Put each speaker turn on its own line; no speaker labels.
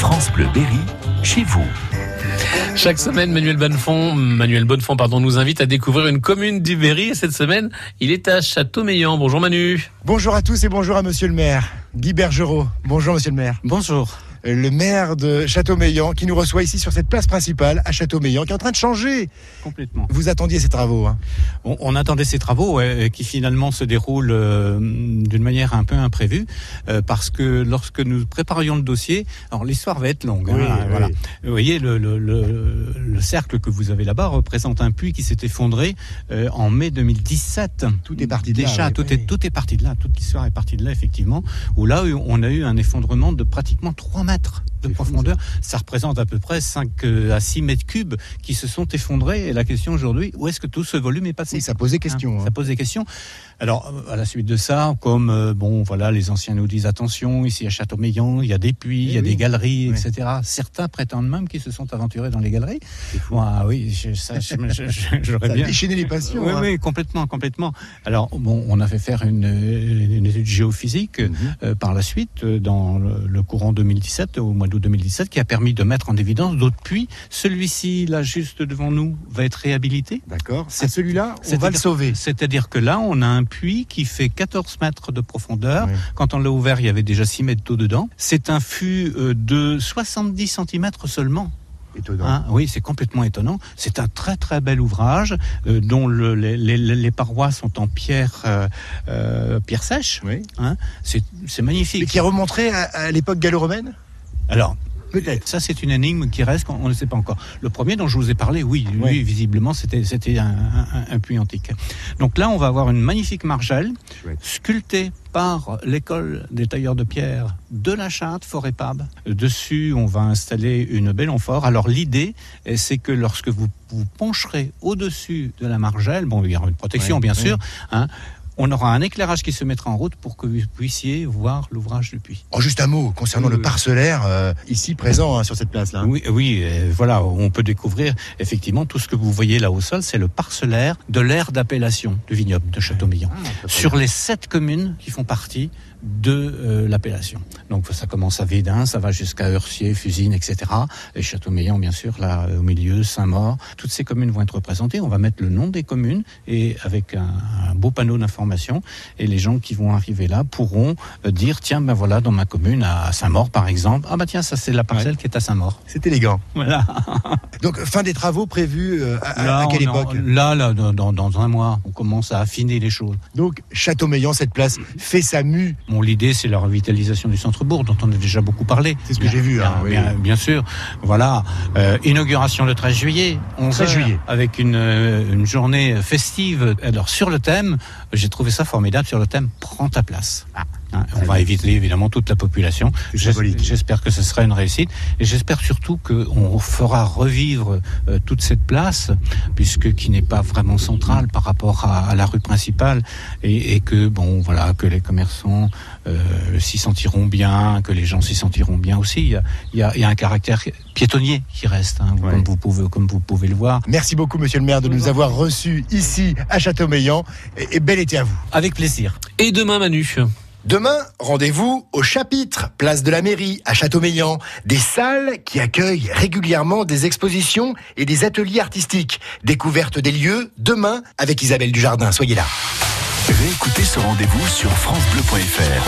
France Bleu Berry, chez vous.
Chaque semaine, Manuel Bonnefond, Manuel Bonnefond, pardon, nous invite à découvrir une commune du Berry. Et cette semaine, il est à Châteaumeillan. Bonjour Manu.
Bonjour à tous et bonjour à monsieur le maire, Guy Bergerot. Bonjour monsieur le maire.
Bonjour.
Euh, Le maire de Châteaumeillan qui nous reçoit ici sur cette place principale à Châteaumeillan qui est en train de changer.
Complètement.
Vous attendiez ces travaux. hein.
On, on attendait ces travaux ouais, qui finalement se déroulent euh, d'une manière un peu imprévue euh, parce que lorsque nous préparions le dossier, alors l'histoire va être longue. hein,
Oui,
voilà.
oui.
Vous voyez, le, le- le- le cercle que vous avez là-bas représente un puits qui s'est effondré euh, en mai 2017.
Tout est parti de là,
Déjà,
oui,
tout,
oui.
Est, tout est parti de là. Toute l'histoire est partie de là, effectivement. Où là, on a eu un effondrement de pratiquement 3 mètres de
C'est fou,
profondeur. ça. représente à peu près 5 à 6 mètres cubes qui se sont effondrés. Et la question aujourd'hui, où est-ce que tout ce volume est passé
Oui, ça posait
Hein,
question. hein.
Ça pose des questions. Alors, euh, à la suite de ça, comme euh, bon, voilà, les anciens nous disent attention, ici à Châteaumeillan, il y a des puits, il y a
Eh oui.
des galeries,
Ouais.
etc. Certains prétendent même qu'ils se sont aventurés dans les galeries.
C'est fou.
Bon, ah oui, je- ça, je- je- je- j'aurais
Ça a
bien.
déchaîné les passions.
Oui,
hein.
oui, complètement, complètement. Alors, bon, on a fait faire une, euh, une étude géophysique euh,
Mhm.
euh, par la suite, euh, dans le, le courant 2017, au mois d'août 2017, qui a permis de mettre en évidence d'autres puits. Celui-ci, là, juste devant nous, va être réhabilité.
D'accord.
C'est-
C'est celui-là, on va
c'est-à-dire-
le sauver.
C'est-à-dire que là, on a un puits qui fait 14 mètres de profondeur.
Oui.
Quand on l'a ouvert, il y avait déjà 6 mètres d'eau dedans. C'est un fût euh, de 70 cm seulement.
Étonnant.
hein. oui, c'est complètement étonnant. C'est un très très bel ouvrage euh, dont le- les, les- les parois sont en pierre, euh, euh, pierre sèche. hein.
Oui.
C'est c'est
Mais
magnifique.
qui remonterait à, à l'époque gallo-romaine
Alors,
Peut-être.
Ça, c'est une énigme qui reste, qu'on on ne sait pas encore. Le premier dont je vous ai parlé, oui, lui,
Oui.
visiblement, c'était c'était un, un- un puits antique. Donc là, on va avoir une magnifique margelle
Chouette.
sculptée par l'école des tailleurs de pierre de la Châte, forêt Pab. Dessus, on va installer une belle amphore. Alors l'idée, eh, c'est que lorsque vous vous pencherez au-dessus de la margelle, bon, il y aura une protection,
Oui,
bien
oui.
sûr, hein, on aura un éclairage qui se mettra en route pour que vous puissiez voir l'ouvrage du puits.
Oh, juste un mot concernant
Oui,
le
oui.
parcellaire euh, ici présent hein, sur cette place-là.
Oui, oui euh, voilà, on peut découvrir effectivement tout ce que vous voyez là au sol, c'est le parcellaire de l'aire d'appellation du vignoble de Châteaumeillan. Sur les sept communes qui font partie de euh, l'appellation. Donc ça commence à Védin, ça va jusqu'à Heursier, Fusine, etc. Et Châteaumeillan, bien sûr, là au milieu, Saint-Maur. Toutes ces communes vont être représentées. On va mettre le nom des communes et avec un, un beau panneau d'information. Et les gens qui vont arriver là pourront euh, dire tiens, ben voilà, dans ma commune, à Saint-Maur par exemple, ah bah tiens, ça c'est la parcelle qui est à Saint-Maur.
C'est élégant.
Voilà.
Donc, fin des travaux prévus euh, à, à- à quelle
on est en-
époque
là, là, dans, dans- dans un mois, on commence à affiner les choses.
Donc, Châteaumeillan, cette place, fait sa mue.
Bon, l'idée, c'est la revitalisation du centre-bourg, dont on a déjà beaucoup parlé.
C'est ce que j'ai vu,
Bien,
hein, oui.
bien- bien sûr. Voilà. Euh, inauguration le 13 juillet. 11
13
heures,
juillet.
Avec une, euh, une journée festive. Alors, sur le thème, j'ai trouvé ça formidable, sur le thème Prends ta place. Hein, on va éviter évidemment toute la population.
C'est
J'es-
symbolique.
J'espère que ce sera une réussite et j'espère surtout qu'on fera revivre euh, toute cette place, puisque qui n'est pas vraiment centrale par rapport à, à la rue principale, et, et que bon voilà que les commerçants euh, s'y sentiront bien, que les gens s'y sentiront bien aussi. Il y a, il y a- il y a un caractère piétonnier qui reste, hein,
Ouais.
comme vous pouvez comme vous pouvez le voir.
Merci beaucoup, monsieur le maire, de nous avoir reçus ici à Châteaumeillan. Et, et bel été à vous.
Avec plaisir.
Et demain, Manu.
Demain, rendez-vous au chapitre, place de la mairie, à Châteaumeillan. Des salles qui accueillent régulièrement des expositions et des ateliers artistiques. Découverte des lieux, demain, avec Isabelle Dujardin. Soyez là.
Réécoutez ce rendez-vous sur FranceBleu.fr.